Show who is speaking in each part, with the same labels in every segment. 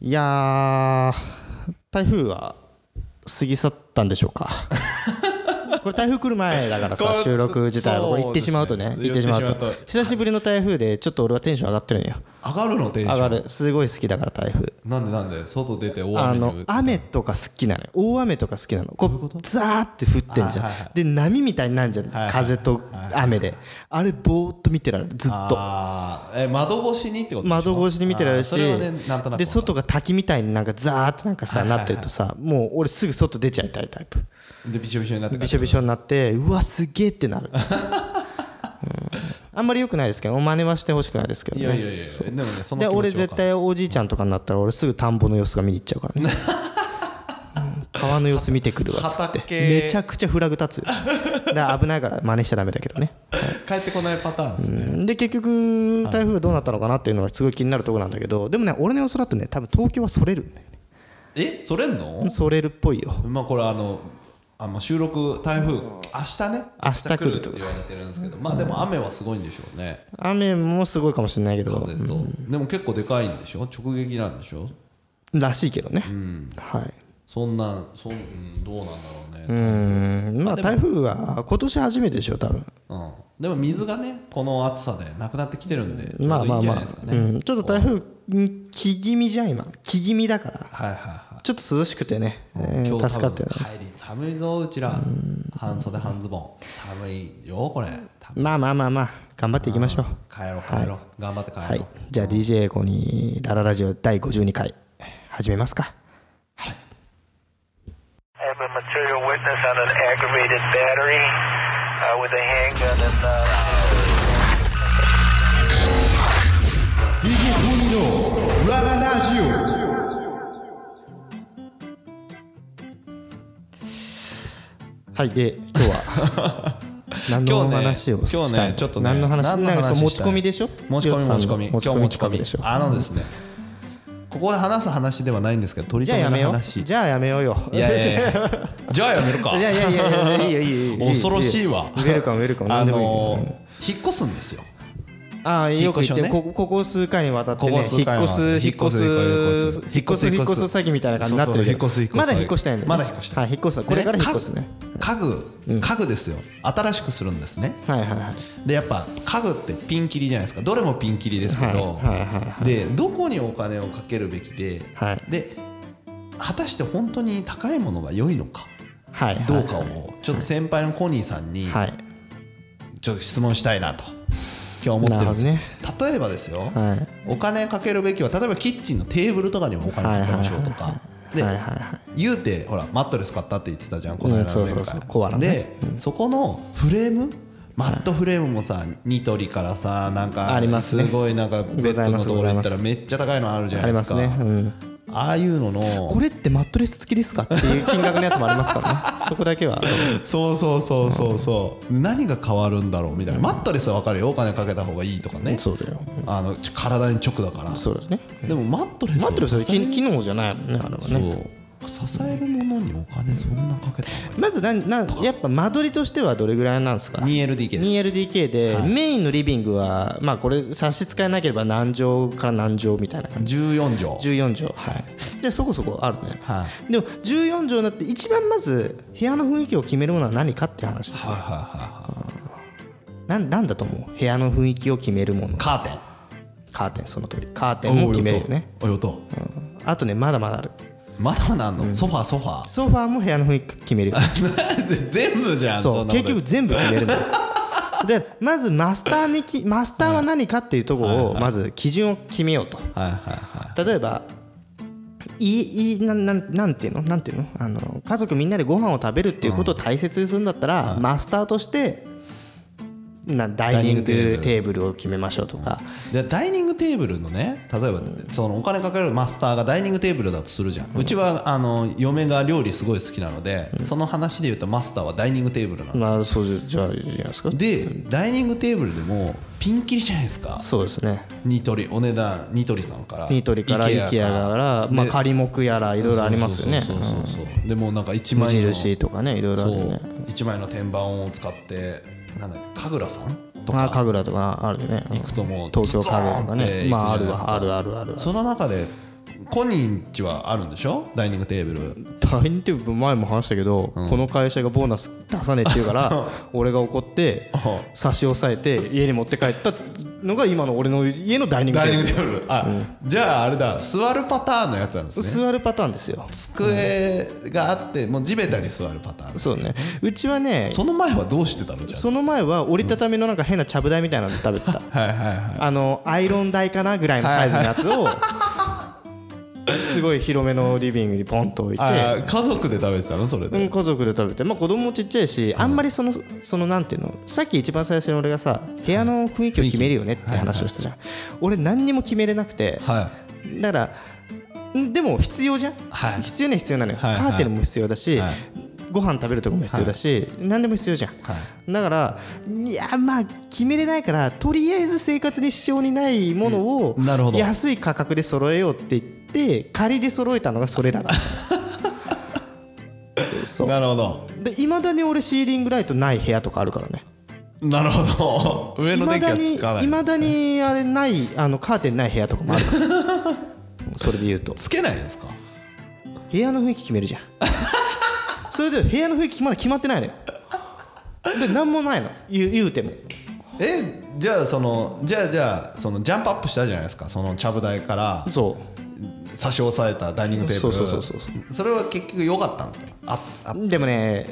Speaker 1: いやー台風は過ぎ去ったんでしょう かこれ台風来る前だからさ
Speaker 2: こう
Speaker 1: 収録自体
Speaker 2: そう
Speaker 1: これ行ってしまうとね
Speaker 2: ですね
Speaker 1: 行ってしまう
Speaker 2: 行ってしま
Speaker 1: と
Speaker 2: うと
Speaker 1: 久しぶりの台風でちょっと俺はテンション上がってるんよ
Speaker 2: 上がるのテンショ
Speaker 1: 上
Speaker 2: ン
Speaker 1: がるすごい好きだから台風
Speaker 2: なんでなんで外出て大
Speaker 1: あ
Speaker 2: 雨に
Speaker 1: の
Speaker 2: 打つ
Speaker 1: 雨とか好きなのよ大雨とか好きなのこうザーって降ってんじゃん
Speaker 2: はいはいは
Speaker 1: で波みたいになんじゃん
Speaker 2: いはい
Speaker 1: 風と雨であれぼーっと見てられるずっと
Speaker 2: あーえ窓越しにってことでしょ
Speaker 1: 窓越しに見てられる
Speaker 2: あー
Speaker 1: し
Speaker 2: それはねなんとなく
Speaker 1: で外が滝みたいになんかザーってなんかさなってるとさもう俺すぐ外出ちゃいたいタイプ
Speaker 2: でびしょびしょになって
Speaker 1: びしょびしょになってうわすげえってなるうんあんまり良くないですけどお真似はしてほしくないですけど
Speaker 2: いやい
Speaker 1: ね
Speaker 2: やいやでもねその
Speaker 1: で
Speaker 2: 気持
Speaker 1: 俺
Speaker 2: ちわかる
Speaker 1: 絶対おじいちゃんとかになったら俺すぐ田んぼの様子が見に行っちゃう からねうん川の様子見てくるわっつって
Speaker 2: 畑
Speaker 1: めちゃくちゃフラグ 立つだから危ないから真似しちゃダメだけどね
Speaker 2: 帰ってこないパターンですね
Speaker 1: で結局台風がどうなったのかなっていうのがすごい気になるところなんだけどでもね俺の予想だとね多分東京はそれるんだよね
Speaker 2: えそれんの
Speaker 1: それるっぽいよ
Speaker 2: まあこれあのあまあ収録台風明日ね
Speaker 1: 明日来ると
Speaker 2: って言われてるんですけどまあでも雨はすごいんでしょうね
Speaker 1: 雨もすごいかもしれないけど
Speaker 2: 風とでも結構でかいんでしょ直撃なんでしょ
Speaker 1: らしいけどねはい
Speaker 2: そんなそんうんどうなんだろう
Speaker 1: う
Speaker 2: ね
Speaker 1: んまあ台風は今年初めてでしょ多分
Speaker 2: うんでも水がねこの暑さでなくなってきてるんでちょう
Speaker 1: ま
Speaker 2: ど
Speaker 1: あ
Speaker 2: いい
Speaker 1: ま
Speaker 2: ん
Speaker 1: あ
Speaker 2: じゃ
Speaker 1: ま
Speaker 2: ない
Speaker 1: あ
Speaker 2: ですかね
Speaker 1: うんちょっと台風うん気気味じゃん今気気味だから
Speaker 2: はいはいは
Speaker 1: ちょっと涼しくてねえ
Speaker 2: い今
Speaker 1: ー
Speaker 2: 日
Speaker 1: 助かって
Speaker 2: 多
Speaker 1: る
Speaker 2: 分帰り寒いぞうちら半袖半ズボン寒いよこれ多分
Speaker 1: まあまあまあまあ頑張っていきましょう
Speaker 2: 帰ろう帰ろう頑張って帰ろう
Speaker 1: はいじゃあ DJ エコにラララジオ第52回始めますか
Speaker 3: I have a material witness on an aggravated battery uh, with a handgun and. Uh
Speaker 4: DJ トミーのラララジオ
Speaker 1: はい、で、今日は何
Speaker 2: 今
Speaker 1: の
Speaker 2: 日ね
Speaker 1: 話をしたいの
Speaker 2: 今日ねちょっとね
Speaker 1: 何の話
Speaker 2: 何の話
Speaker 1: なんかそう持ち
Speaker 2: したい
Speaker 1: 込みでしょ
Speaker 2: 持ち込み持ち込
Speaker 1: 持
Speaker 2: み
Speaker 1: ち込み
Speaker 2: 今日持ち込
Speaker 1: 企画
Speaker 2: み
Speaker 1: でしょ
Speaker 2: あのですねここで話す話ではないんですけど取り
Speaker 1: じゃあ
Speaker 2: 留
Speaker 1: や
Speaker 2: め
Speaker 1: め
Speaker 2: の
Speaker 1: よう
Speaker 2: 話
Speaker 1: じゃあやめようよ
Speaker 2: いやいやいやじゃあやめるか
Speaker 1: いやいやいやいやいいよいいよいいよいいよ
Speaker 2: 恐ろしい
Speaker 1: ウ
Speaker 2: わ
Speaker 1: ェルカムウェルカム
Speaker 2: あ
Speaker 1: 何でもいいよ
Speaker 2: のー引っ越すんですよ
Speaker 1: ああよく言っ
Speaker 2: 引っ越しを
Speaker 1: て
Speaker 2: ね
Speaker 1: ここここ数回にわたってね
Speaker 2: こ
Speaker 1: 引
Speaker 2: こ
Speaker 1: っ
Speaker 2: 数回は
Speaker 1: 越す
Speaker 2: 引
Speaker 1: 引っ
Speaker 2: っ越
Speaker 1: 越
Speaker 2: す
Speaker 1: す
Speaker 2: 引
Speaker 1: 引っ
Speaker 2: っ越
Speaker 1: 越
Speaker 2: す
Speaker 1: す
Speaker 2: 引
Speaker 1: 引っ
Speaker 2: っ越
Speaker 1: 越
Speaker 2: す
Speaker 1: す詐欺みたいな感じになってるけど
Speaker 2: そうそう引っ越す引っ
Speaker 1: ま
Speaker 2: 越す
Speaker 1: だ引っ越してないんだよね
Speaker 2: まだ引っ越してない
Speaker 1: はい引っ越す
Speaker 2: で
Speaker 1: これ
Speaker 2: ね
Speaker 1: から引っ越すね
Speaker 2: 家具家具ですよ新しくするんですね
Speaker 1: はいはいはい
Speaker 2: でやっぱ家具ってピンキリじゃないですかどれもピンキリですけど、
Speaker 1: はいはいは
Speaker 2: でどこにお金をかけるべきで、
Speaker 1: はい
Speaker 2: で果たして本当に高いものが良いのか
Speaker 1: はいはい
Speaker 2: どうかをちょっと先輩のコニーさんに
Speaker 1: はい
Speaker 2: ちょっと質問したいなと今日思ってるんですよ、
Speaker 1: なる
Speaker 2: 例えばですよ、
Speaker 1: はい
Speaker 2: お金かけるべきは例えばキッチンのテーブルとかにもお金かけましょうとかで
Speaker 1: はいはいは
Speaker 2: 言うてほらマットレス買ったって言ってたじゃんこの間
Speaker 1: うん
Speaker 2: の前
Speaker 1: そうそうそうコアラね
Speaker 2: 回でそこのフレームマットフレームもさニトリからさなんか
Speaker 1: あります
Speaker 2: す
Speaker 1: ね
Speaker 2: ごいなんか
Speaker 1: ご
Speaker 2: ベッ
Speaker 1: ざ
Speaker 2: ド
Speaker 1: い
Speaker 2: の
Speaker 1: ます
Speaker 2: ところ行った
Speaker 1: ござ
Speaker 2: ら
Speaker 1: います
Speaker 2: めっちゃ高いのあるじゃ
Speaker 1: あ
Speaker 2: な
Speaker 1: り
Speaker 2: いで
Speaker 1: ますす
Speaker 2: か
Speaker 1: ねうん
Speaker 2: ああいうの
Speaker 1: こ
Speaker 2: の
Speaker 1: れってマットレス付きですかっていう金額のやつもあります からねそこだけは
Speaker 2: そうそうそうそうそう何が変わるんだろうみたいなマットレスは分かるよお金かけた方がいいとかね
Speaker 1: そうだよ
Speaker 2: あのち体に直だから
Speaker 1: そうですね
Speaker 2: でもマットレス
Speaker 1: マットレスは
Speaker 2: を支え
Speaker 1: 機機能じゃないもんねあれはね
Speaker 2: そう支えるものにお金そんなかけた方がいい
Speaker 1: まずなんなんやっぱ間取りとしてはどれぐらいなんですか
Speaker 2: 2LDK です
Speaker 1: 2LDK で、メインのリビングはまあこれ差し支えなければ何畳から何畳みたいな感じ
Speaker 2: 14畳
Speaker 1: 14畳はいじゃあそこそこあるね、
Speaker 2: はい
Speaker 1: でも14畳になって一番まず部屋の雰囲気を決めるものは何かっていう話です、
Speaker 2: はいはいはいはい
Speaker 1: なんなんだと思う部屋の雰囲気を決めるもの
Speaker 2: カーテン
Speaker 1: カーテンその通りカーテンも決めるよね
Speaker 2: およと
Speaker 1: あとねまだまだある
Speaker 2: まだまだあんの、ソファーソファ
Speaker 1: ソファーも部屋の雰囲気決める よ
Speaker 2: ー全部じゃんそ
Speaker 1: そうん
Speaker 2: なこと
Speaker 1: 結局全部決めるんだ よでまずマスターにきマスターは何かっていうところをまず基準を決めようと
Speaker 2: はいはいは
Speaker 1: 例えばいいいなんなんなんていうのなんていうのあの家族みんなでご飯を食べるっていうことを大切にするんだったら、マスターとしてなダイニング
Speaker 2: ダイニング
Speaker 1: テーブルを決めましょうとか、
Speaker 2: いでダイニングテーブルのね例えばそのお金かけるマスターがダイニングテーブルだとするじゃん、うちはあの嫁が料理すごい好きなので、その話で言うとマスターはダイニングテーブルなの、
Speaker 1: まあそうじゃじゃあいいじゃないですか
Speaker 2: でダイニングテーブルでもピンキリじゃないですか
Speaker 1: そうですね
Speaker 2: ニトリお値段ニトリさんから
Speaker 1: ニトリから IKEA から、まあ、
Speaker 2: で
Speaker 1: 仮木やらいろいろありますよね
Speaker 2: そうそうそうそうでもうなんか1
Speaker 1: 無
Speaker 2: 枚の
Speaker 1: 印とかねいろいろあ
Speaker 2: そ
Speaker 1: るよね
Speaker 2: う一枚の天板を使ってなんだっけ神楽さんと
Speaker 1: まあ、
Speaker 2: か
Speaker 1: 神楽とかあるよね
Speaker 2: 行くともう
Speaker 1: 東京家具とか
Speaker 2: ズドーンって行く
Speaker 1: ね
Speaker 2: じゃ
Speaker 1: まああ
Speaker 2: ない
Speaker 1: る
Speaker 2: ですか
Speaker 1: わあるあるある
Speaker 2: その中でコニンチはあるんでしょダイニングテーブル
Speaker 1: 大変って前も話したけど、この会社がボーナス出さねえって言うから 俺が怒って
Speaker 2: あ
Speaker 1: 差し押さえて家に持って帰ったのが今の俺の家のダイニング
Speaker 2: ダ
Speaker 1: テ
Speaker 2: イニ
Speaker 1: ー
Speaker 2: ン
Speaker 1: ブ
Speaker 2: グ
Speaker 1: ル
Speaker 2: テーブルあ、じゃああれだ座るパターンのやつなんですね
Speaker 1: 座るパターンですよ
Speaker 2: 机があってもう地べたに座るパターン
Speaker 1: そうねうちはね
Speaker 2: その前はどうしてたのじゃ
Speaker 1: その前は折りたたみのなんか変なちゃぶ台みたいなの食べてた
Speaker 2: あはいはいはい
Speaker 1: あのアイロン台かなぐらいのサイズのやつをすごい広めのリビングにポンと置いて
Speaker 2: あ家族で食べてたのそれ
Speaker 1: うん、
Speaker 2: で、
Speaker 1: 家族で食べて、まあ、子供もちっちゃいし、あんまりそのそのなんていうのさっき一番最初に俺がさ部屋の雰囲気を決めるよねって話をしたじゃん、俺何にも決めれなくて、
Speaker 2: は
Speaker 1: だからんでも必要じゃん、
Speaker 2: はい
Speaker 1: 必要には必要なのよ、
Speaker 2: はいはい
Speaker 1: カーテンも必要だし、
Speaker 2: はい
Speaker 1: ご飯食べるとこも必要だし、何でも必要じゃん、
Speaker 2: は
Speaker 1: だからいやまあ決めれないからとりあえず生活に支障にないものを、
Speaker 2: うんなるほど
Speaker 1: 安い価格で揃えようって言って仮で揃えたのがそれら だそう
Speaker 2: い、なるほど
Speaker 1: でいまだに俺シーリングライトない部屋とかあるからね
Speaker 2: なるほど上
Speaker 1: い
Speaker 2: の
Speaker 1: ま
Speaker 2: 電気
Speaker 1: だ
Speaker 2: は
Speaker 1: に
Speaker 2: つかない
Speaker 1: いまだにあれないあのカーテンない部屋とかもある からそれで言うと
Speaker 2: つけないんですか
Speaker 1: 部屋の雰囲気決め るじゃんそれで部屋の雰囲気まだ決まってないのよで何もないの言う言うても
Speaker 2: えじゃあそのじゃあじゃあそのジャンプアップしたじゃないですかそのちゃぶ台から
Speaker 1: そ
Speaker 2: 差し押さえたダイニングテーブル
Speaker 1: そうそうそうそう
Speaker 2: それは結局良かったんですかああ
Speaker 1: うでもね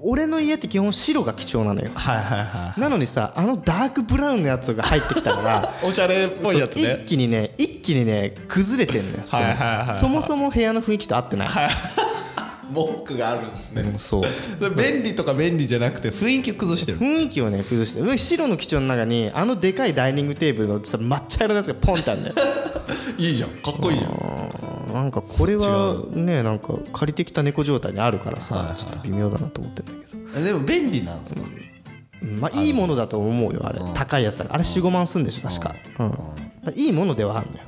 Speaker 1: 俺の家って基本白が貴重なのよ
Speaker 2: はいはいは
Speaker 1: なのにさあのダークブラウンのやつが入ってきたから
Speaker 2: いおしゃれっ ぽいやつ
Speaker 1: そう
Speaker 2: ね
Speaker 1: 一気にね一気にね崩れてんのよそれ
Speaker 2: はいはいはいはい
Speaker 1: そもそも部屋の雰囲気と合ってない、
Speaker 2: 文句があるんですね
Speaker 1: うんそう
Speaker 2: それ便利とか便利じゃなくて雰囲気崩してる
Speaker 1: 雰囲気をね崩してうん白の基調の中にあのでかいダイニングテーブルのさ抹茶色のやつがポンってあるんだよ
Speaker 2: いいじゃんかっこいいじゃん
Speaker 1: なんかこれはねなんか借りてきた猫状態にあるからさちょっと微妙だなと思ってんだけど
Speaker 2: えでも便利なんですか
Speaker 1: うんまあいいものだと思うよあれ高いやつだからあれ45万すんでしょ確かうんだからいいものではあるんだよ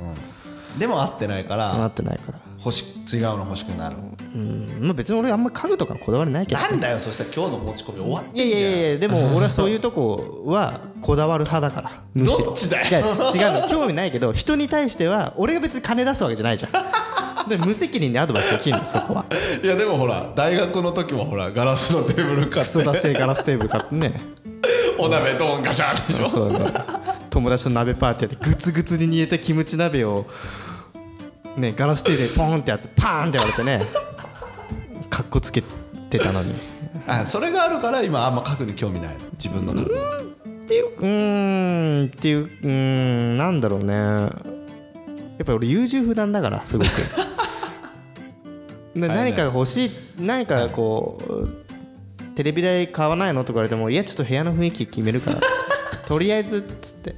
Speaker 2: でも合ってないか
Speaker 1: な
Speaker 2: ら
Speaker 1: ってないから
Speaker 2: 欲し違うの欲しくなる
Speaker 1: うんまあ別に俺あんま家具とかこだわりないけど
Speaker 2: なんだよそしたら今日の持ち込み終わってん
Speaker 1: い
Speaker 2: じ
Speaker 1: や
Speaker 2: ゃん
Speaker 1: いやいやいやでも俺はそういうとこはこだわる派だからむしろ
Speaker 2: どっちだよ
Speaker 1: いや違うの興味ないけど人に対しては俺が別に金出すわけじゃないじゃんで無責任にアドバイスできるのそこはい
Speaker 2: やでもほら大学の時もほらガラスのテーブル買っ
Speaker 1: クソ
Speaker 2: て
Speaker 1: ダセえガラステーブル買ってね
Speaker 2: お鍋ドーンガシャンでしょ
Speaker 1: そうね友達と鍋パーティーやってグツグツに煮えたキムチ鍋をねガラステーブルでポンってやってパーンってやられてねかっこつけてたのに
Speaker 2: あそれがあるから今あんま家具に興味ないの自分の家具
Speaker 1: っていううーんっていううーんなんだろうねやっぱり俺優柔不断だからすごくな
Speaker 2: はい
Speaker 1: 何かが欲しい何かこうテレビ台買わないのとか言われてもいやちょっと部屋の雰囲気決めるからっつってとりあえずっつって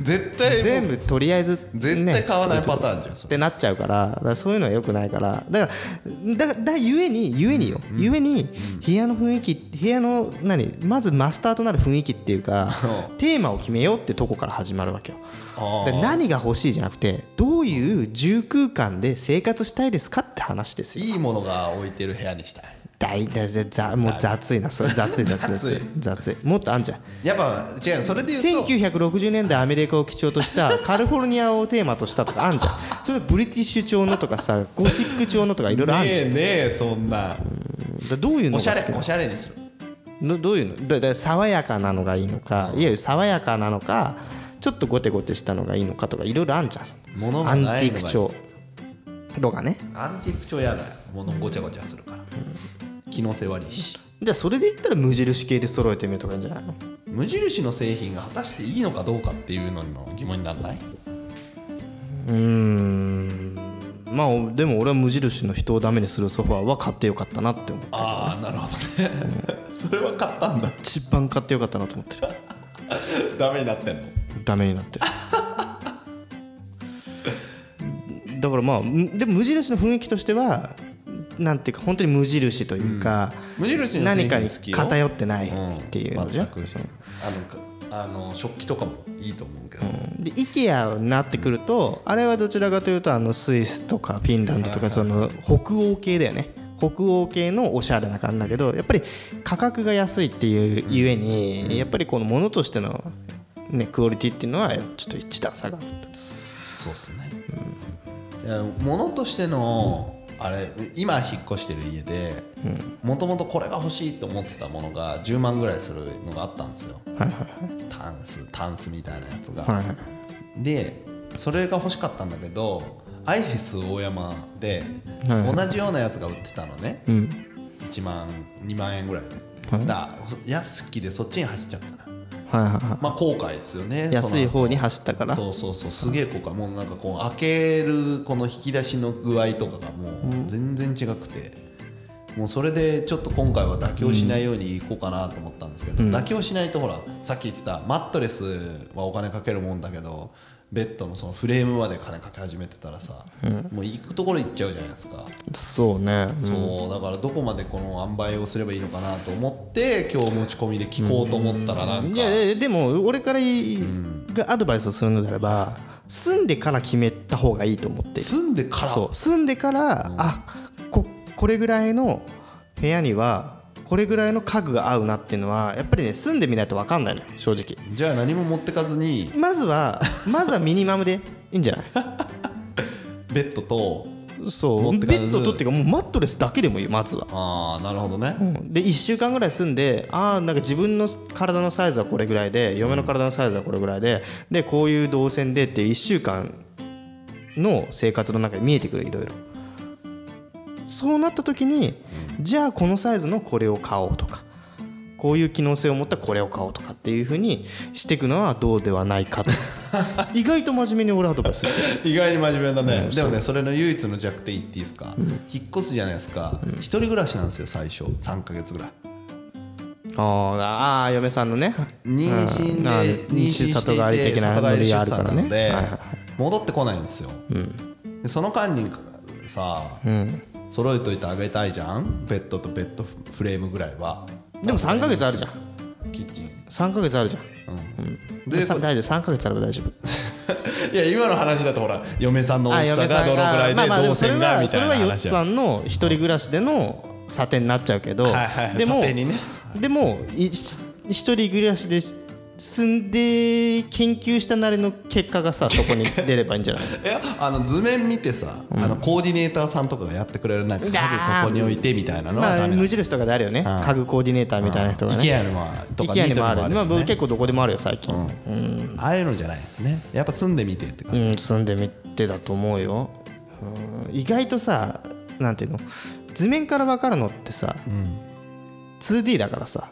Speaker 2: 絶対もう
Speaker 1: 全部とりあえず
Speaker 2: 絶
Speaker 1: ね
Speaker 2: 対買わない
Speaker 1: ちょっ
Speaker 2: パ
Speaker 1: と
Speaker 2: ターンじゃん
Speaker 1: っ
Speaker 2: それ
Speaker 1: てなっちゃうからだからそういうのは良くないからだからだだゆえにゆえによ、ゆえに部屋の雰囲気部屋の何まずマスターとなる雰囲気っていうかテーマを決めようってとこから始まるわけよ
Speaker 2: あ
Speaker 1: で何が欲しいじゃなくてどういう住空間で生活したいですかって話ですよ
Speaker 2: いいものが置いてる部屋にしたい
Speaker 1: 大体でざもう雑いなそれ雑い雑い雑
Speaker 2: 雑
Speaker 1: い
Speaker 2: い
Speaker 1: 雑いもっとあんじゃん
Speaker 2: やっぱ違うそれで言うと
Speaker 1: 1960年代アメリカを基調としたカリフォルニアをテーマとしたとかあんじゃんそれブリティッシュ調のとかさゴシック調のとかいろいろあん
Speaker 2: ね
Speaker 1: じゃん
Speaker 2: えねえそんな
Speaker 1: だどういうの
Speaker 2: おし
Speaker 1: が
Speaker 2: ゃ
Speaker 1: 好き
Speaker 2: れ
Speaker 1: な
Speaker 2: おしゃれにする
Speaker 1: のどどういうのだだ爽やかなのがいいのかいわゆる爽やかなのかちょっとゴテゴテしたのがいいのかとかいろいろあんじゃ
Speaker 2: 物
Speaker 1: ん
Speaker 2: が
Speaker 1: ア
Speaker 2: ない
Speaker 1: ン
Speaker 2: の
Speaker 1: テ
Speaker 2: がいい
Speaker 1: ィーク調とかね
Speaker 2: アンティーク調やだよ物ごちゃごちゃするから機能性悪いし
Speaker 1: じゃあそれで言ったら無印系で揃えてみるとかいいんじゃないの
Speaker 2: 無印の製品が果たしていいのかどうかっていうのの疑問にならない
Speaker 1: まあおでも俺は無印の人をダメにするソファーは買ってよかったなって思う
Speaker 2: ああなるほどね それは買ったんだ
Speaker 1: 一番買ってよかったなと思ってる
Speaker 2: ダメになってんの
Speaker 1: ダメになってるだからまあむでも無印の雰囲気としてはなんていうか本当に無印というか、
Speaker 2: 無印の製
Speaker 1: 何か
Speaker 2: 品
Speaker 1: に
Speaker 2: 好きよ
Speaker 1: 偏ってないっていうのじゃん、
Speaker 2: 全くあのあの食器とかもいいと思うけど、
Speaker 1: で IKEA になってくるとあれはどちらかというとあのスイスとかフィンランドとかその北欧系だよね北欧系のおしゃれな感じだけどやっぱり価格が安いっていうゆえにやっぱりこのものとしての、ね、クオリティっていうのはちょっと一段下がると
Speaker 2: そうっすね、いや物としてのあれ今引っ越してる家でもともとこれが欲しいと思ってたものが10万ぐらいするのがあったんですよ
Speaker 1: はいはい
Speaker 2: タンスタンスみたいなやつが、
Speaker 1: はいはい
Speaker 2: でそれが欲しかったんだけどアイリス大山で
Speaker 1: はい
Speaker 2: 同じようなやつが売ってたのね、
Speaker 1: うん
Speaker 2: 1万2万円ぐらいで、
Speaker 1: はい
Speaker 2: だからそ安きでそっちに走っちゃったな
Speaker 1: はいはいは
Speaker 2: まあ後悔ですよね
Speaker 1: い安い
Speaker 2: その後
Speaker 1: 方に走ったから
Speaker 2: そうそうそうすげえ後悔もうなんかこう開けるこの引き出しの具合とかがもう全然違くて、もうそれでちょっと今回は妥協しないようにいこうかなと思ったんですけど、妥協しないとほらさっき言ってたマットレスはお金かけるもんだけどベッドのそのフレームまで金かけ始めてたらさ、もう行くところ行っちゃうじゃないですか、
Speaker 1: そうね
Speaker 2: そうだからどこまでこの塩梅をすればいいのかなと思って今日持ち込みで聞こうと思ったらなん
Speaker 1: い
Speaker 2: か、
Speaker 1: やいやでも俺からいがアドバイスをするのであれば住んでから決めた方がいいと思っている
Speaker 2: 住んでから
Speaker 1: そう住んでから、あここれぐらいの部屋にはこれぐらいの家具が合うなっていうのはやっぱりね住んでみないと分かんないのよ正直
Speaker 2: じゃあ何も持ってかずに
Speaker 1: まず はまずはミニマムでいいんじゃない
Speaker 2: ベッドと
Speaker 1: そう
Speaker 2: 持って
Speaker 1: ベ
Speaker 2: かず
Speaker 1: ッドとっていうかもうマットレスだけでもいいまずは
Speaker 2: ああなるほどね、
Speaker 1: で1週間ぐらい住んでああんか自分の体のサイズはこれぐらいで嫁の体のサイズはこれぐらいででこういう動線でっていう1週間の生活の中で見えてくるいろいろそうなった時にじゃあこのサイズのこれを買おうとかこういう機能性を持ったこれを買おうとかっていうふうにしていくのはどうではない かと意外と真面目に俺アドバイスしてる
Speaker 2: 意外に真面目だね、でもねそれの唯一の弱点言っていいですか、引っ越すじゃないですか、一人暮らしなんですよ最初3ヶ月ぐらい
Speaker 1: あーあー嫁さんのね
Speaker 2: 妊娠
Speaker 1: ああ
Speaker 2: で妊娠して
Speaker 1: 里帰り
Speaker 2: いて
Speaker 1: 的な
Speaker 2: 里帰り出
Speaker 1: ノリがあ
Speaker 2: 産
Speaker 1: るか
Speaker 2: な
Speaker 1: らね
Speaker 2: ので
Speaker 1: はいはいはい
Speaker 2: 戻ってこないんですよ、でその間にさ、揃えといてあげたいじゃんベッドとベッドフレームぐらいは
Speaker 1: でも3ヶ月あるじゃん
Speaker 2: キッチン
Speaker 1: 3ヶ月あるじゃん
Speaker 2: で
Speaker 1: さ大丈夫3ヶ月あれば大丈夫
Speaker 2: いや今の話だとほら嫁さんの大きさがどのぐらいで動線がみた
Speaker 1: そ
Speaker 2: いな
Speaker 1: れはヨッ
Speaker 2: 話
Speaker 1: ツ
Speaker 2: じゃん
Speaker 1: さんの一人暮らしでの査定になっちゃうけど、
Speaker 2: いはいはい
Speaker 1: でも
Speaker 2: 査定にね
Speaker 1: でもい一人暮らしで住んで研究したなりの結果がさそこに出ればいいんじゃ ない
Speaker 2: いやあの図面見てさ、あのコーディネーターさんとかがやってくれるなんか
Speaker 1: いやー
Speaker 2: 家具ここに置いてみたいなのは
Speaker 1: ま
Speaker 2: ダ
Speaker 1: あ
Speaker 2: メだ、
Speaker 1: 無印とかであるよね
Speaker 2: ん
Speaker 1: 家具コーディネーターみたいな人がね
Speaker 2: IKEA のはとか
Speaker 1: IKEA にもあ
Speaker 2: ニート
Speaker 1: る
Speaker 2: に
Speaker 1: まあ
Speaker 2: よね
Speaker 1: 結構どこでもあるよ最近
Speaker 2: ああいうのじゃないですねやっぱ住んでみてって感じ、
Speaker 1: うん、住んでみてだと思うよ、うん、意外とさなんていうの図面から分かるのってさ、2D だからさ、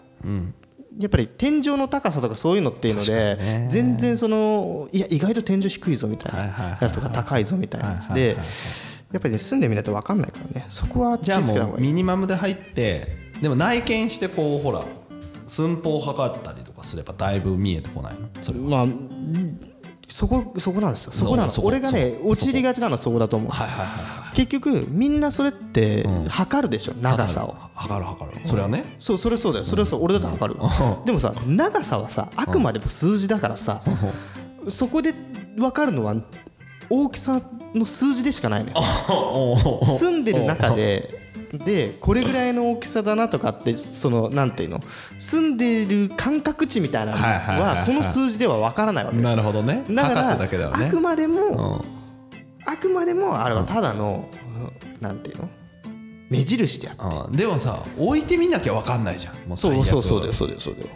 Speaker 1: やっぱり天井の高さとかそういうのっていうので、全然そのいや意外と天井低いぞみたい
Speaker 2: はいはいはいは
Speaker 1: ないやつとか高いぞみたいなやつ
Speaker 2: はい
Speaker 1: で
Speaker 2: はいはいは
Speaker 1: やっぱりね住んでみないと分かんないからねそこは気
Speaker 2: じゃあ
Speaker 1: をつけた方
Speaker 2: も
Speaker 1: が
Speaker 2: う
Speaker 1: いい
Speaker 2: ミニマムで入ってでも内見してこうほら寸法を測ったりとかすればだいぶ見えてこないのそれは
Speaker 1: まあうんそこそこなんですよそこなの
Speaker 2: そうそこ
Speaker 1: 俺がね陥りがちなのはそこだと思う、結局みんなそれって測るでしょ、長さを
Speaker 2: 測る測るそれはね
Speaker 1: そうそれそうだよそれはそう俺だってわかるわでもさ長さはさあくまでも数字だからさそこで分かるのは大きさの数字でしかないのよ住んでる中ででこれぐらいの大きさだなとかってそのなんていうの住んでる感覚値みたいなの
Speaker 2: はいはいはいは
Speaker 1: はいこの数字では分からないわけよ
Speaker 2: なるほどね
Speaker 1: だか
Speaker 2: 測
Speaker 1: ら
Speaker 2: っただけだよ
Speaker 1: あ
Speaker 2: ね
Speaker 1: くまでも
Speaker 2: うん
Speaker 1: あくまでもあれはただのうんなんていうの目印であって
Speaker 2: うんでもさ置いてみなきゃ分かんないじゃんもう最
Speaker 1: そう
Speaker 2: 悪
Speaker 1: そうそうだよそうだよそうだよ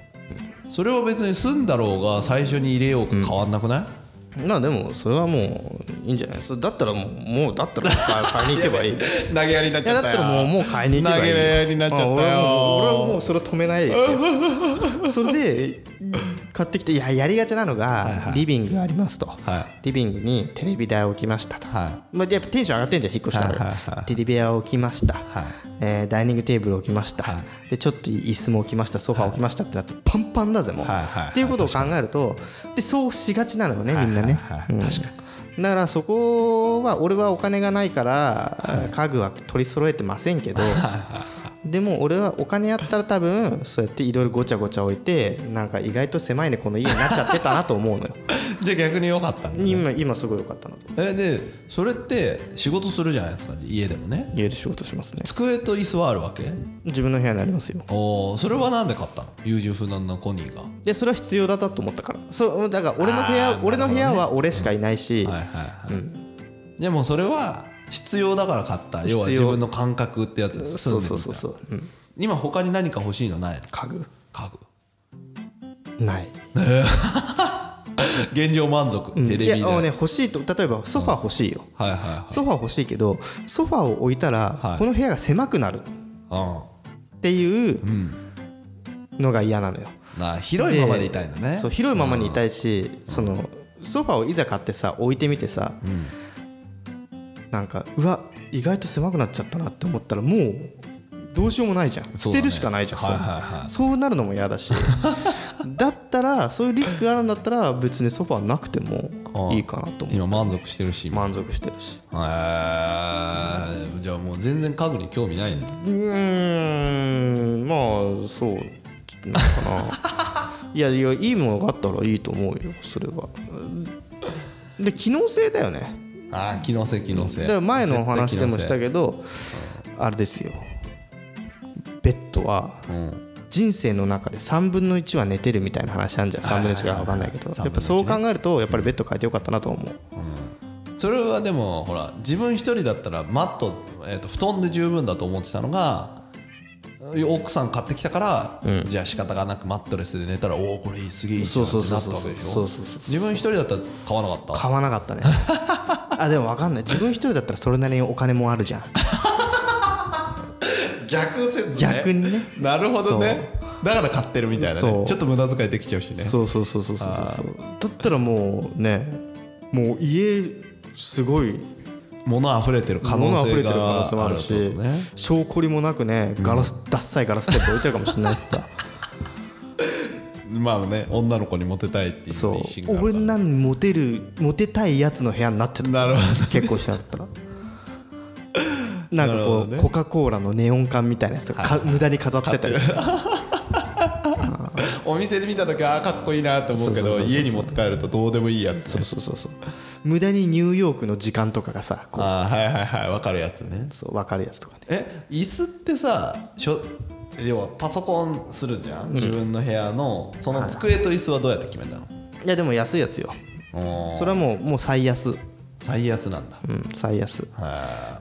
Speaker 2: それは別に住んだろうが最初に入れようか変わんなくない、
Speaker 1: まあでもそれはもういいんじゃないそれだったらもうもうだったら買い買いに行けばいいい
Speaker 2: 投げやりになっ
Speaker 1: やだったらもうもう買いに行けばいい
Speaker 2: 投げやりになっちゃったよ
Speaker 1: あ俺はもう俺はもうそれ止めないです よそれで買ってきていややりがちなのが、リビングがありますと、
Speaker 2: は
Speaker 1: リビングにテレビ台を置きましたと、
Speaker 2: は
Speaker 1: まあ、やっぱテンション上がってんじゃん引っ越したから、
Speaker 2: はいはいはい
Speaker 1: テレビ台を置きました、
Speaker 2: い
Speaker 1: えーダイニングテーブルを置きました、でちょっと椅子も置きましたソファー置きましたってなってパンパンだぜもう、
Speaker 2: はいはいはい
Speaker 1: っていうことを考えるとでそうしがちなのよねみんなね、うんだからそこは俺はお金がないから家具は取り揃えてませんけどでも俺はお金あったら多分そうやっていろいろごちゃごちゃ置いてなんか意外と狭いねこの家になっちゃってたなと思う のよ
Speaker 2: じゃあ逆に良かったんだ、ね、
Speaker 1: 今今すごい良かったなと
Speaker 2: えでそれって仕事するじゃないですか家でもね
Speaker 1: 家で仕事しますね
Speaker 2: 机と椅子はあるわけ
Speaker 1: 自分の部屋にありますよ
Speaker 2: おおそれはなんで買ったの優柔不断なコニーが
Speaker 1: でそれは必要だったと思ったからそうだから俺の部
Speaker 2: あーなる
Speaker 1: 屋
Speaker 2: ほどね
Speaker 1: 俺の部屋は俺しかいないし、
Speaker 2: はいはいはい、でもそれは必要だから買った要は
Speaker 1: 必要
Speaker 2: 自分の感覚ってやつです
Speaker 1: そうそうそうそう、うん、
Speaker 2: 今他に何か欲しいのないの
Speaker 1: 家具
Speaker 2: 家具
Speaker 1: ない
Speaker 2: 現状満足テレビ
Speaker 1: い
Speaker 2: で、
Speaker 1: やあのね欲しいと例えばソファー欲しいよ、
Speaker 2: はいはいはい
Speaker 1: ソファー欲しいけどソファーを置いたら、
Speaker 2: はい
Speaker 1: この部屋が狭くなるっ
Speaker 2: う
Speaker 1: ていうのが嫌なのよ、
Speaker 2: ん、な広いままでいたいんだね
Speaker 1: そう広いままにいたいし、そのソファーをいざ買ってさ置いてみてさ、なんかうわ意外と狭くなっちゃったなって思ったらもうどうしようもないじゃん、捨
Speaker 2: そうだね
Speaker 1: てるしかないじゃん、
Speaker 2: はいはいはい
Speaker 1: そうそうなるのも嫌だし だったらそういうリスクがあるんだったら別にソファーなくてもいいかなと思う
Speaker 2: 今満足してるし今へ
Speaker 1: 満足してるし
Speaker 2: ーじゃあもう全然家具に興味ないんだ
Speaker 1: うーんまあそうなのかないやいやいいものがあったらいいと思うよそれはで機能性だよね
Speaker 2: ああ機能性機能性
Speaker 1: だから前のお話でもした
Speaker 2: ど
Speaker 1: けどあれですよベッドは
Speaker 2: うん
Speaker 1: 人生の中で3分の1は寝てるみたいな話あるじゃん3分の1か分かんないけど
Speaker 2: はいはい
Speaker 1: や
Speaker 2: はい
Speaker 1: っぱそう考えるとやっぱりベッド変えてよかったなと思う
Speaker 2: それはでもほら自分一人だったらマット、えー、と布団で十分だと思ってたのが奥さん買ってきたから、じゃあ仕方がなくマットレスで寝たらおおこれいいすげえいいじゃんってなったわけでし
Speaker 1: そう
Speaker 2: ょ
Speaker 1: そうそう
Speaker 2: 自分一人だったら買わなかった
Speaker 1: 買わなか ったねあでも分かんない自分一人だったらそれなりにお金もあるじゃん
Speaker 2: 逆説ね
Speaker 1: 逆にね
Speaker 2: なるほどねだから買ってるみたいな
Speaker 1: そ
Speaker 2: ね
Speaker 1: う
Speaker 2: ちょっと無駄遣いできちゃうしね
Speaker 1: そうそうそうそうそうそうそうだったらもうねもう家すごい
Speaker 2: 物溢れてる可能
Speaker 1: 物あふ
Speaker 2: 性
Speaker 1: れてる可能
Speaker 2: が
Speaker 1: 性もあ
Speaker 2: ある
Speaker 1: る
Speaker 2: っ
Speaker 1: して
Speaker 2: ことね
Speaker 1: 証拠りもなくねガラスダッサいガラステープ置いてるかもしれ ないしさ
Speaker 2: まあね女の子にモテたいっていう
Speaker 1: そ
Speaker 2: 一心
Speaker 1: う
Speaker 2: がある
Speaker 1: 俺
Speaker 2: から
Speaker 1: なんにモテるモテたいやつの部屋になってた
Speaker 2: なるほ
Speaker 1: 結構しなかったらなんか
Speaker 2: なる
Speaker 1: こ
Speaker 2: ほ
Speaker 1: う、
Speaker 2: どね
Speaker 1: コカ・コーラのネオン管みたいなやつとかか無駄に飾ってたりする
Speaker 2: どお店で見た時はあーかっこいいなと思うけ
Speaker 1: そうそう
Speaker 2: ど
Speaker 1: そうそう
Speaker 2: 家に持って帰るとどうでもいいやつ
Speaker 1: そうそうそうそう無駄にニューヨークの時間とかがさこう
Speaker 2: ああはいはいはい分かるやつね
Speaker 1: そう分かるやつとかね
Speaker 2: え椅子ってさしょ要はパソコンするじゃん自分の部屋のその机と椅子はどうやって決めたの
Speaker 1: いやでも安いやつよ
Speaker 2: おー
Speaker 1: それはもうもう最安
Speaker 2: 最安なんだ
Speaker 1: うん最安
Speaker 2: はい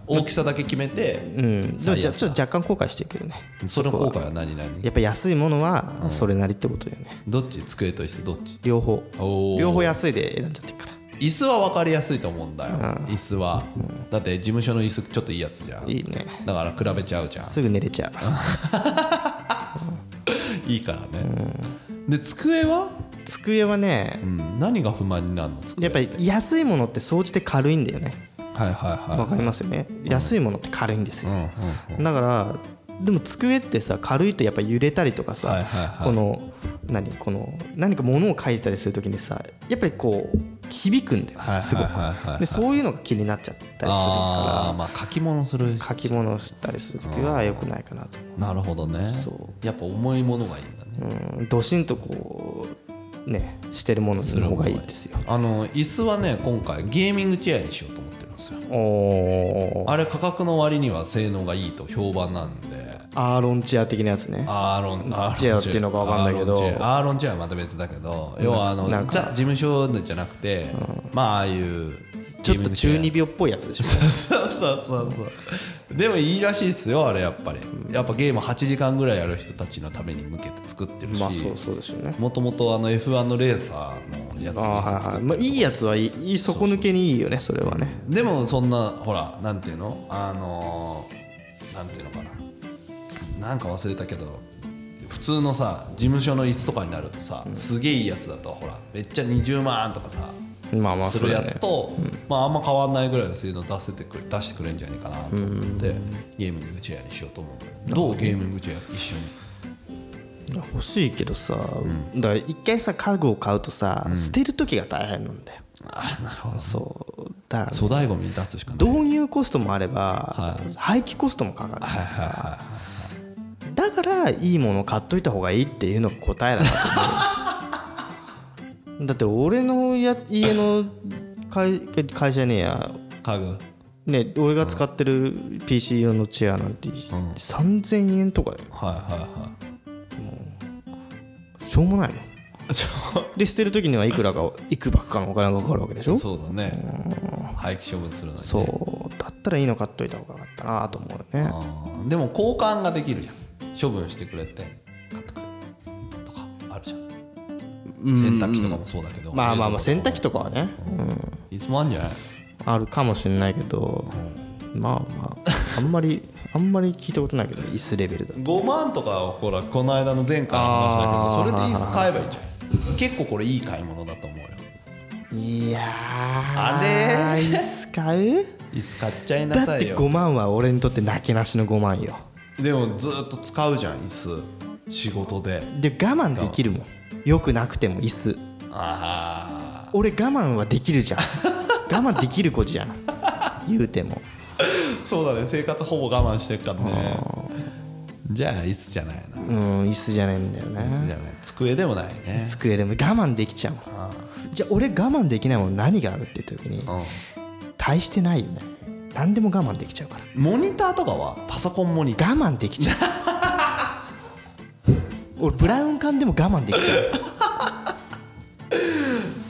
Speaker 2: 大きさだけ決めて
Speaker 1: うんでも
Speaker 2: 最
Speaker 1: じゃ
Speaker 2: 安
Speaker 1: ちょっと若干後悔してるけどね
Speaker 2: その効果は何々
Speaker 1: やっぱ安いものはそれなりってことだよね、
Speaker 2: どっち机と椅子どっち
Speaker 1: 両方
Speaker 2: おー
Speaker 1: 両方安いで選んじゃってるから
Speaker 2: 椅子は分かりやすいと思うんだよ椅子はだって事務所の椅子ちょっといいやつじゃん
Speaker 1: いいね
Speaker 2: だから比べちゃうじゃん
Speaker 1: すぐ寝れちゃう
Speaker 2: いいからねで机は
Speaker 1: 机はね
Speaker 2: うん何が不満になるの机
Speaker 1: やっぱり安いものって総じて軽いんだよね
Speaker 2: はいはい
Speaker 1: わ
Speaker 2: は
Speaker 1: かりますよね安いものって軽いんですよ
Speaker 2: いうんうん
Speaker 1: だからでも机ってさ軽いとやっぱ揺れたりとか
Speaker 2: は
Speaker 1: さ
Speaker 2: いはいはい
Speaker 1: この何この何か物を書いたりするときにさやっぱりこう響くんだよ
Speaker 2: はいはいはいはい
Speaker 1: すご
Speaker 2: はい
Speaker 1: くでそういうのが気になっちゃったりする
Speaker 2: ああ
Speaker 1: か
Speaker 2: まあ書き物する
Speaker 1: ら書き物をしたりするときは良くないかなと
Speaker 2: なるほどね
Speaker 1: そ
Speaker 2: やっぱ重いものがいいんだね
Speaker 1: うんドシンとこうねしてるものの方がいいですよ
Speaker 2: あの椅子はね今回ゲーミングチェアにしようと思ってるんですよ
Speaker 1: おー
Speaker 2: あれ価格の割には性能がいいと評判なんで
Speaker 1: アーロンチェア的なやつね
Speaker 2: アーロンアーロン
Speaker 1: チェアっていうのかわかんないけど
Speaker 2: アーロンチェアアーロンチェアはまた別だけど要はあのじ
Speaker 1: な
Speaker 2: ゃ
Speaker 1: んか
Speaker 2: 事務所じゃなくてまあああいう
Speaker 1: ちょっと中二
Speaker 2: ビ
Speaker 1: 病っぽいやつでしょ
Speaker 2: そうそうそうそうでもいいらしいっすよあれやっぱりやっぱゲーム8時間ぐらいやる人たちのために向けて作ってるし
Speaker 1: まあそうそうでしょうね
Speaker 2: もともとあの F1 のレーサーのやつ
Speaker 1: あ
Speaker 2: を
Speaker 1: ーはい
Speaker 2: 作
Speaker 1: はい
Speaker 2: って
Speaker 1: まあ、いいやつはいいいい底抜けにいいよねそれはね
Speaker 2: でもそんなほらなんていうのあのーなんていうのかななんか忘れたけど普通のさ事務所の椅子とかになるとさ、すげえいいやつだとほらめっちゃ20万とかさ
Speaker 1: まあまあ
Speaker 2: す
Speaker 1: そ
Speaker 2: る
Speaker 1: うだ
Speaker 2: や
Speaker 1: ね
Speaker 2: つと、まあ、あんま変わんないぐらいのそういうの出せてくれ出してくれんじゃないかなと思って、ゲーミングチェアにしようと思うんだよどうゲーミングチェア一緒に
Speaker 1: いや欲しいけどさ、だから一回さ家具を買うとさ、捨てる時が大変なんだよ
Speaker 2: あなるほど
Speaker 1: そうだから
Speaker 2: 粗大ごみに出すしかない
Speaker 1: 導入コストもあれば、廃棄コストもかかるからさ、だからいいものを買っといた方がいいっていうのが答えだなと思 うだって俺のや家の会会社ねえや
Speaker 2: 家具
Speaker 1: ね、俺が使ってる PC 用のチェアなんて3000円とかよ
Speaker 2: はいはいはい
Speaker 1: しょうもないの
Speaker 2: ちょ
Speaker 1: で捨てる時にはいくらかいくばくかのお金がかかるわけでしょ
Speaker 2: そうだね廃棄処分するのに、ね、
Speaker 1: そうだったらいいの買っといた方がよかったなと思うよね
Speaker 2: あーでも交換ができるじゃん処分してくれて買ってくるとかあるじゃん洗濯機とかもそうだけど
Speaker 1: まあまあまあ洗
Speaker 2: 冷
Speaker 1: 濯
Speaker 2: 蔵庫
Speaker 1: 機とかはね、うん、
Speaker 2: とかいつもあるんじゃない
Speaker 1: あるかもしれないけど、まあまああんまりあんまり聞いたことないけど椅子レベルだ
Speaker 2: 5万とかほらこの間の前回の話だけどそれで椅子買えばいいじゃん結構これいい買い物だと思うよ
Speaker 1: いやー
Speaker 2: あれ
Speaker 1: 椅子買う
Speaker 2: 椅子買っちゃいな
Speaker 1: だ
Speaker 2: さ
Speaker 1: っ
Speaker 2: い
Speaker 1: て5
Speaker 2: よ
Speaker 1: 万は俺にとってなけなしの5万よ
Speaker 2: でもずっと使うじゃん椅子仕事で
Speaker 1: で我慢できるもんよくなくても椅子
Speaker 2: あ
Speaker 1: 俺我慢はできる じゃん我慢できる子じゃん言うても
Speaker 2: あそうだね生活ほぼ我慢してるからねじゃあ椅子じゃないな
Speaker 1: うん椅子じゃないんだよ
Speaker 2: 椅子じ
Speaker 1: ね
Speaker 2: ゃない机でもないね
Speaker 1: 机でも我慢できちゃうもんじゃあ俺我慢できないもの何があるって時に大してないよね何でも我慢できちゃうから
Speaker 2: モニターとかはパソコンモニター
Speaker 1: 我慢できちゃう俺ブラウン管でも我慢できちゃう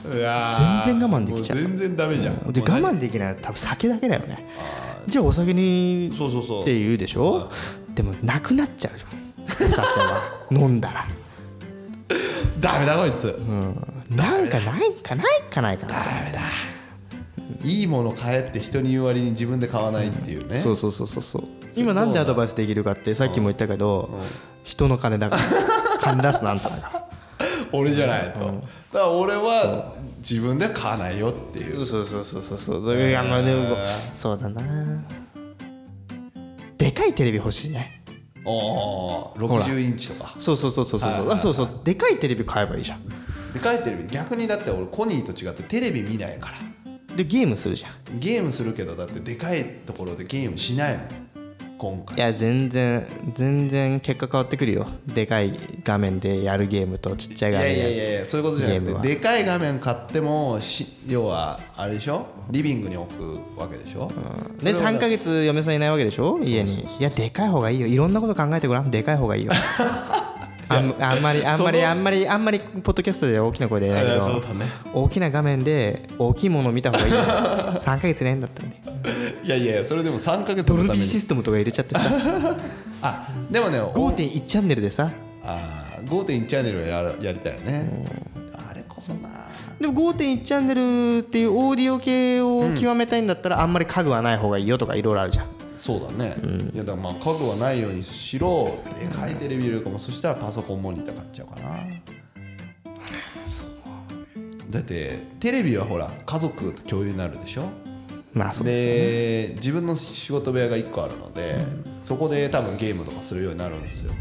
Speaker 2: うわー
Speaker 1: 全然我慢できちゃう
Speaker 2: も全然ダメじ ゃん
Speaker 1: で
Speaker 2: も
Speaker 1: 我
Speaker 2: う何
Speaker 1: 慢できないのは多分酒だけだよねじゃあお酒に
Speaker 2: そうそうそう
Speaker 1: って言うでしょでもなくなっちゃうじゃんお酒は飲んだ ら
Speaker 2: ダメだこいつ
Speaker 1: なんかないんかないんかないかな
Speaker 2: ダメだいいもの買えって人に言う割に自分で買わないっていうね
Speaker 1: そうそうそうそうそう今なんでアドバイスできるかってさっきも言ったけど人の金だ から金出すのあんただから
Speaker 2: 俺じゃないとだから俺は自分で買わないよっていう
Speaker 1: そうそうそうそうそういやまあでもそうだなでかいテレビ欲しいね
Speaker 2: おー
Speaker 1: ら
Speaker 2: 60インチとか
Speaker 1: そうそうそうそうそう
Speaker 2: はいはい
Speaker 1: そう
Speaker 2: は
Speaker 1: あそうそ
Speaker 2: い
Speaker 1: うでかいテレビ買えばいいじゃん
Speaker 2: でかいテレビ逆にだって俺コニーと違ってテレビ見ないから
Speaker 1: でゲームするじゃん
Speaker 2: ゲームするけどだってでかいところでゲームしないもん今
Speaker 1: い
Speaker 2: 回
Speaker 1: や全然全然結果変わってくるよでかい画面でやるゲームとちっちゃい
Speaker 2: い
Speaker 1: 画
Speaker 2: や
Speaker 1: 面
Speaker 2: い
Speaker 1: で
Speaker 2: やいやいやそういうことじゃ
Speaker 1: ゲーム
Speaker 2: な
Speaker 1: は
Speaker 2: くてでかい画面買ってもし要はあれでしょリビングに置くわけでしょ
Speaker 1: で3ヶ月嫁さんいないわけでしょ家にいやでかい方がいいよいろんなこと考えてごらんでかい方 がいいよあんあんまりあんま
Speaker 2: そ
Speaker 1: り
Speaker 2: の
Speaker 1: あんまりあんまりポッドキャストでは大きな声で言えないけ
Speaker 2: えー
Speaker 1: ど
Speaker 2: そうだね
Speaker 1: 大きな画面で大きいものを見た方がいいよ3ヶ月ねんだった らね
Speaker 2: いやいやそれでも3ヶ月
Speaker 1: ド
Speaker 2: の
Speaker 1: ル
Speaker 2: た
Speaker 1: ビ
Speaker 2: め
Speaker 1: ー
Speaker 2: に
Speaker 1: システムとか入れちゃって さ
Speaker 2: あでもねお
Speaker 1: 5.1チャンネルでさ
Speaker 2: あー5.1チャンネルはやるやりたいよねあれこそな
Speaker 1: でも5.1チャンネルっていうオーディオ系を極めたいんだったらあんまり家具はない方がいいよとかいろいろあるじゃん
Speaker 2: そうだね、いやだからまあ家具はないようにしろでかいテレビよりかもそしたらパソコンモニター買っちゃうか なだってテレビはほら家族と共有になるでしょ
Speaker 1: まあそうですよね
Speaker 2: で自分の仕事部屋が1個あるので、そこで多分ゲームとかするようになるんですよだか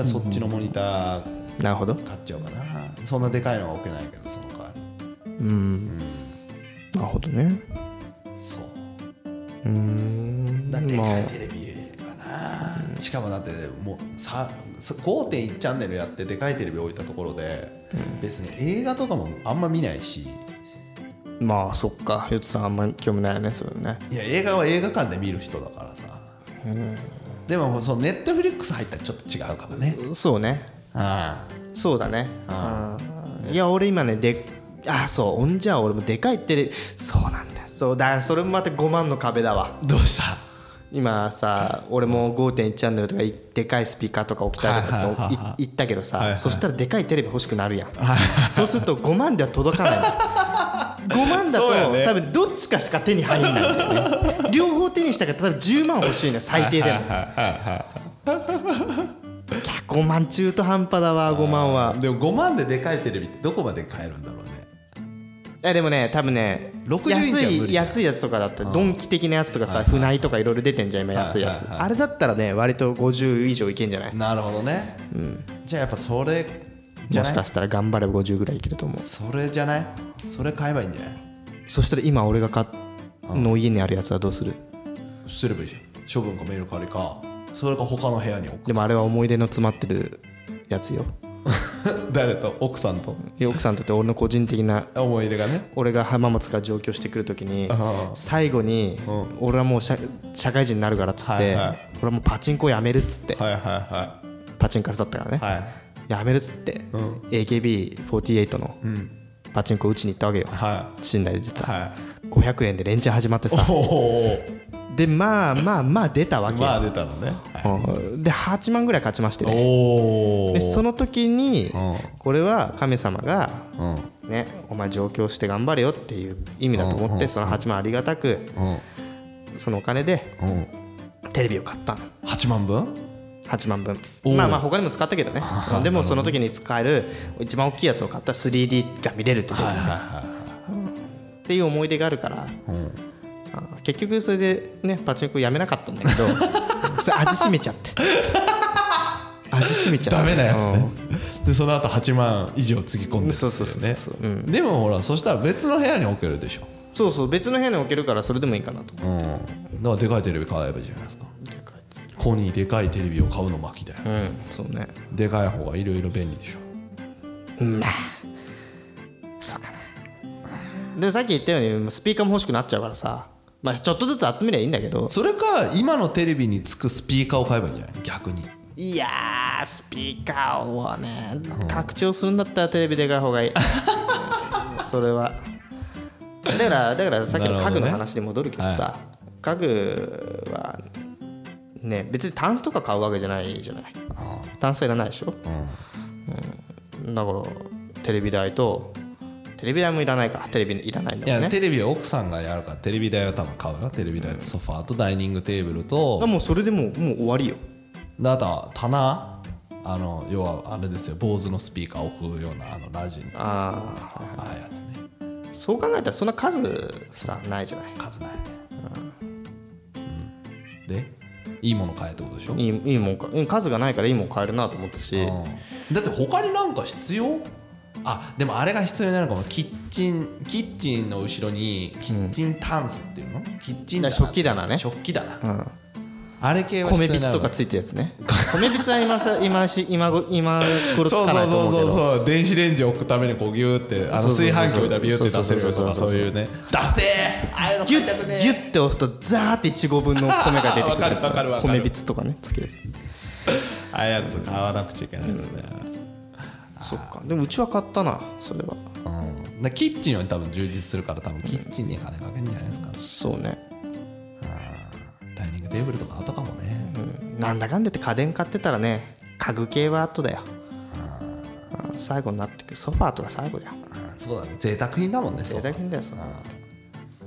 Speaker 2: らそっちのモニター
Speaker 1: なるほど
Speaker 2: 買っちゃおうかなそんなでかいのは置けないけどその代わり
Speaker 1: なるほどね
Speaker 2: そううんだってでかいテレビはなしかもだってもうさそ5.1チャンネルやってでかいテレビ置いたところで、別に映画とかもあんま見ないし
Speaker 1: まあそっかヨッツさんあんまり興味ないよねそういうのね
Speaker 2: いや映画は映画館で見る人だからさ、でもそのネットフリックス入ったらちょっと違うかもね
Speaker 1: そうね
Speaker 2: あ
Speaker 1: そうだねうんいや俺今ねであそうほんじゃあ俺もでかいテレビそうなんだよそうだからそれもまた5万の壁だわ
Speaker 2: どうした
Speaker 1: 今さ俺も5.1チャンネルとかいでかいスピーカーとか置きたいとか
Speaker 2: はいはいはい
Speaker 1: と
Speaker 2: はい
Speaker 1: い言ったけど
Speaker 2: はいは
Speaker 1: さ
Speaker 2: い
Speaker 1: そしたらでかいテレビ欲しくなるやんそうすると5万では届かない5万だ
Speaker 2: そうや
Speaker 1: と、
Speaker 2: ね
Speaker 1: 多分どっちかしか手に入んないんだよね両方手にしたから多分10万欲しいのよ最低でも5万中途半端だわ5万は
Speaker 2: でも5万ででかいテレビってどこまで買えるんだろうね
Speaker 1: いやでもね多分ね
Speaker 2: 60インチは
Speaker 1: 安
Speaker 2: 無理
Speaker 1: い
Speaker 2: だ
Speaker 1: 安いやつとかだったらドンキ的なやつとかさ船井とかいろいろ出てんじゃん今安いやつ
Speaker 2: はいはいはい
Speaker 1: あれだったらね割と50以上いけんじゃない
Speaker 2: なるほどね、じゃあやっぱそれじゃ
Speaker 1: も
Speaker 2: な
Speaker 1: し
Speaker 2: い
Speaker 1: かしたら頑張れば50ぐらいいけると思う
Speaker 2: それじゃないそれ買えばいいんじゃない
Speaker 1: そしたら今俺が買っの家にあるやつはどうする
Speaker 2: すればいいじゃん処分かメルカリかそれか他の部屋に置く
Speaker 1: でもあれは思い出の詰まってるやつよ
Speaker 2: 誰と奥さんと
Speaker 1: 奥さんにとって俺の個人的な
Speaker 2: 思い入れがね
Speaker 1: 俺が浜松から上京してくるときに
Speaker 2: ああ
Speaker 1: 最後に俺はもう社社会人になるからっつっ
Speaker 2: はい
Speaker 1: て
Speaker 2: はい
Speaker 1: 俺はもうパチンコやめるっつって
Speaker 2: はいはいは
Speaker 1: パチンカスだったからね
Speaker 2: いはい
Speaker 1: やめるっつって、AKB48 のパチンコ打ちに行ったわけよ、
Speaker 2: は
Speaker 1: 信頼で出た、
Speaker 2: は
Speaker 1: 500円でレンチャン始まってさ
Speaker 2: おお
Speaker 1: でまあまあまあ出たわけよ、
Speaker 2: まあ出たのね、はい
Speaker 1: うんで8万ぐらい勝ちましてね
Speaker 2: おお
Speaker 1: でその時に
Speaker 2: うん
Speaker 1: これは神様が
Speaker 2: うん
Speaker 1: ねお前上京して頑張れよっていう意味だと思ってその8万ありがたく
Speaker 2: うん
Speaker 1: そのお金で
Speaker 2: うん
Speaker 1: テレビを買ったの
Speaker 2: 8万分
Speaker 1: 8万分
Speaker 2: おー
Speaker 1: まあまあ他にも使ったけどねうんでもその時に使える一番大きいやつを買ったら 3D が見れるっていう
Speaker 2: はいはいは
Speaker 1: っていう思い出があるから
Speaker 2: いはい、うん
Speaker 1: あー結局それでねパチンコやめなかったんだけ どそれ味しめちゃって味しめちゃって
Speaker 2: ダメなやつ
Speaker 1: うん
Speaker 2: ねでその後8万以上つぎ込んで
Speaker 1: そうそうそう
Speaker 2: ね
Speaker 1: そううん
Speaker 2: でもほらそしたら別の部屋に置けるでしょ
Speaker 1: そうそう別の部屋に置けるからそれでもいいかなと
Speaker 2: うんだからでかいテレビ買えばいいじゃないですかコニーでかいテレビを買うの巻きだよ
Speaker 1: うんそうね
Speaker 2: でかい方がいろいろ便利でしょ
Speaker 1: まあそうかなでもさっき言ったようにスピーカーも欲しくなっちゃうからさまあちょっとずつ集めりゃいいんだけど
Speaker 2: それか今のテレビにつくスピーカーを買えばいいんじゃない逆に
Speaker 1: いやースピーカーをね拡張するんだったらテレビでかい方が いいそれはだからだからさっきの家具の
Speaker 2: なるほどね
Speaker 1: 話に戻るけどさ家具はね別にタンスとか買うわけじゃないじゃないタンスはいらないでしょ、うんだからテレビ台とテレビ台もいらないかテレビいらないん
Speaker 2: い
Speaker 1: だも
Speaker 2: や、
Speaker 1: んね
Speaker 2: テレビは奥さんがやるからテレビ台は多分買うよテレビ台とソファーとダイニングテーブルと
Speaker 1: あもうそれでもうもう終わりよ
Speaker 2: であとは棚あの要はあれですよ坊主のスピーカーを置くようなあのラジのあ
Speaker 1: あ
Speaker 2: ああいうやつね
Speaker 1: ーそう考えたらそんな数さないじゃない
Speaker 2: 数ないね、うん、でいいもの買えってことでしょ、
Speaker 1: いいいいもんかうん数がないからいいもん買えるなと思ったし、
Speaker 2: だって他になんか必要あでもあれが必要になるかもキッチンキッチンの後ろにキッチンタンスっていうの、キッチン
Speaker 1: だから食器棚ね
Speaker 2: 食器棚、あれ系は必
Speaker 1: 米
Speaker 2: 要
Speaker 1: び
Speaker 2: に
Speaker 1: つ
Speaker 2: な
Speaker 1: と
Speaker 2: る
Speaker 1: かついてるやつね 米びつは今さ今し今ご今頃つ
Speaker 2: そう
Speaker 1: か
Speaker 2: そ
Speaker 1: な
Speaker 2: う
Speaker 1: いと
Speaker 2: そう
Speaker 1: 思うけ
Speaker 2: そう
Speaker 1: ど
Speaker 2: そう電子レンジ置くためにこうギューってあの
Speaker 1: そうそうそうそう
Speaker 2: 炊飯器置いたらビューって出せるよとか
Speaker 1: そうそうそうそう
Speaker 2: そういうね出せーああいうの
Speaker 1: ギュ
Speaker 2: 買いたくね
Speaker 1: ッ
Speaker 2: ー
Speaker 1: ギュッて押すとザーって1合分の米が出てくるやつ
Speaker 2: わかるわかるわかる
Speaker 1: 米びつとかねつける
Speaker 2: ああいうやつ買わなくちゃいけないですね、
Speaker 1: そっかでもうちは買ったなそれは
Speaker 2: うん、だキッチンは多分充実するから多分キッチンに金かけるんじゃないですか、
Speaker 1: そうね、
Speaker 2: ダイニングテーブルとか後かもね、
Speaker 1: うん、なんだかんだって家電買ってたらね家具系は後だようん最後になってくるソファーとか最後だよ
Speaker 2: うんそうだね贅沢品だもんね
Speaker 1: 贅沢品だよそんなの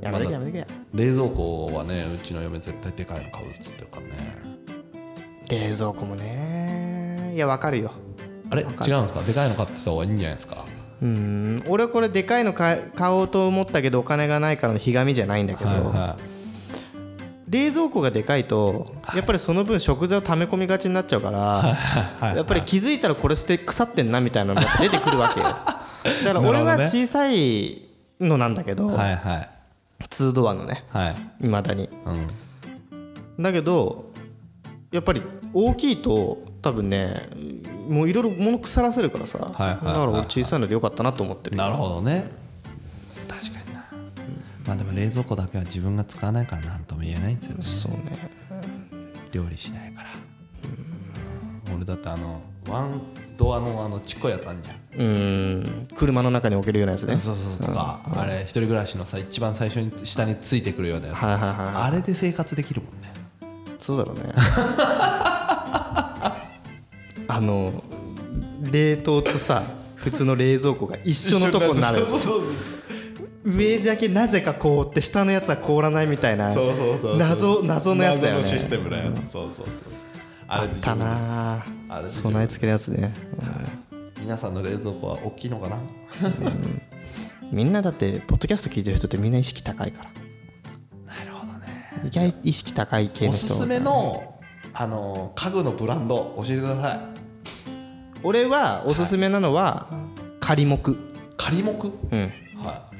Speaker 1: やめとけやめとけ
Speaker 2: 冷蔵庫はねうちの嫁絶対でかいの買うっつってるからね
Speaker 1: 冷蔵庫もねいやわかるよ
Speaker 2: あれ違うんですかでかいの買ってた方がいいんじゃないですか
Speaker 1: うん俺はこれでかいの買え買おうと思ったけどお金がないからのひがみじゃないんだけど、
Speaker 2: はいは
Speaker 1: 冷蔵庫がでかいとやっぱりその分食材を溜め込みがちになっちゃうから、やっぱり気づいたらこれ捨て腐ってんなみたいなのが出てくる わけよだから俺
Speaker 2: な
Speaker 1: は
Speaker 2: るほどね
Speaker 1: 小さいのなんだけど
Speaker 2: いはいはい
Speaker 1: 2ドアのね
Speaker 2: はい
Speaker 1: いまだに
Speaker 2: うん
Speaker 1: だけどやっぱり大きいと多分ねもういろいろ物腐らせるからさ、
Speaker 2: はいはい
Speaker 1: だから俺小さいのでよかったなと思ってる
Speaker 2: なるほどね確かになまあでも冷蔵庫だけは自分が使わないから何とも言えないんですよね
Speaker 1: そうね
Speaker 2: 料理しないから、うん俺だってあのワンドアのあのちっこいやつあんじゃん
Speaker 1: うーん車の中に置けるようなやつね
Speaker 2: そうそうそうとか、あれ一人暮らしのさ一番最初に下についてくるようなやつ、
Speaker 1: はいはいはい
Speaker 2: あれで生活できるもんね
Speaker 1: そうだろうね あの冷凍とさ普通の冷蔵庫が一緒のとこに なる
Speaker 2: そうそうそう
Speaker 1: 上だけなぜか凍って下のやつは凍らないみたいな
Speaker 2: そうそうそう
Speaker 1: 謎謎のやつだよね
Speaker 2: 謎のシステムのやつそうそうそうそうあれで自
Speaker 1: か
Speaker 2: 分です
Speaker 1: な
Speaker 2: あれで自分
Speaker 1: 備え付けるやつね、
Speaker 2: 皆さんの冷蔵庫は大きいのかな
Speaker 1: みんなだってポッドキャスト聞いてる人ってみんな意識高いから
Speaker 2: なるほどね
Speaker 1: 意外意識高い系の
Speaker 2: お
Speaker 1: 人
Speaker 2: すすめのあの家具のブランド教えてください
Speaker 1: 俺はおすすめなのは仮木
Speaker 2: 仮木うんはい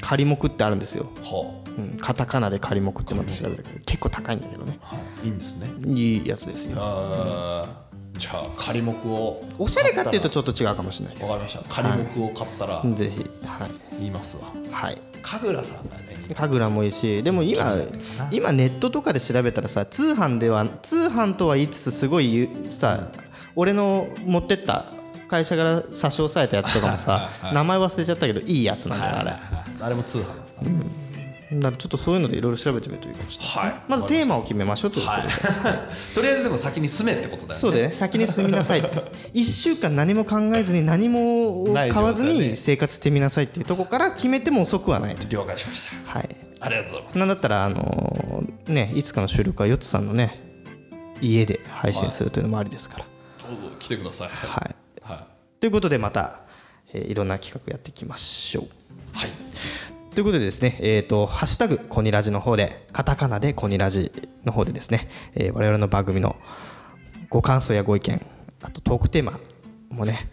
Speaker 1: 仮木ってあるんですよ
Speaker 2: は
Speaker 1: うん、カタカナで仮木ってまた調べたけど結構高いんだけどね
Speaker 2: あ、はい、いいんですね
Speaker 1: いいやつですよ
Speaker 2: あーじゃあ仮木を
Speaker 1: おしゃれかっていうと
Speaker 2: 買っ
Speaker 1: ちょっと違うかもしれないけ
Speaker 2: たらわかりました仮木を買ったら
Speaker 1: どぜひはい、
Speaker 2: 言いますわ
Speaker 1: はい、
Speaker 2: 神楽さんがね
Speaker 1: 神楽もいいしでも今今ネットとかで調べたらさ通販では通販とは言いつつすごいゆさ、俺の持ってった会社から差し押さえたやつとかもさ名前忘れちゃったけどいいやつなんだよあれ
Speaker 2: あれも通販ですから、
Speaker 1: だからちょっとそういうのでいろいろ調べてみるといいかもしれない、
Speaker 2: はい
Speaker 1: まずテーマを決めましょうということで、
Speaker 2: はい、とりあえずでも先に住めってことだよね
Speaker 1: そうだよね先に進みなさいって 1週間何も考えずに何も買わずに生活してみなさいっていうとこから決めても遅くはないと
Speaker 2: 了解しまし
Speaker 1: はい
Speaker 2: たありがとうございます
Speaker 1: なんだったらあのーねいつかの収録はヨッツさんのね家で配信するというのもありですから
Speaker 2: どうぞ来てください
Speaker 1: はい、
Speaker 2: は
Speaker 1: ということでまた、えーいろんな企画やっていきましょう
Speaker 2: い、はい
Speaker 1: ということでですね、えーと、ハッシュタグ、コニラジの方で、カタカナでコニラジの方でですね、えー我々の番組のご感想やご意見、あとトークテーマもね、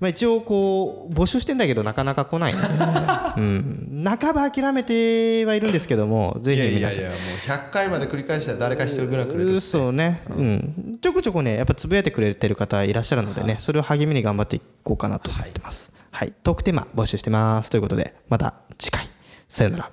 Speaker 1: まあ、一応こう、募集してんだけど、なかなか来ない、ね うん。半ば諦めてはいるんですけども、ぜ
Speaker 2: い
Speaker 1: ひ
Speaker 2: やい
Speaker 1: 皆
Speaker 2: や
Speaker 1: さ
Speaker 2: い
Speaker 1: ん
Speaker 2: やもう100回まで繰り返したら誰か一人ぐらいくれる
Speaker 1: そうね、うん、ちょくちょくねやっぱつぶやいてくれてる方いらっしゃるのでね、それを励みに頑張っていこうかなと思ってます、はいトークテーマ募集してますということでまた次回さよなら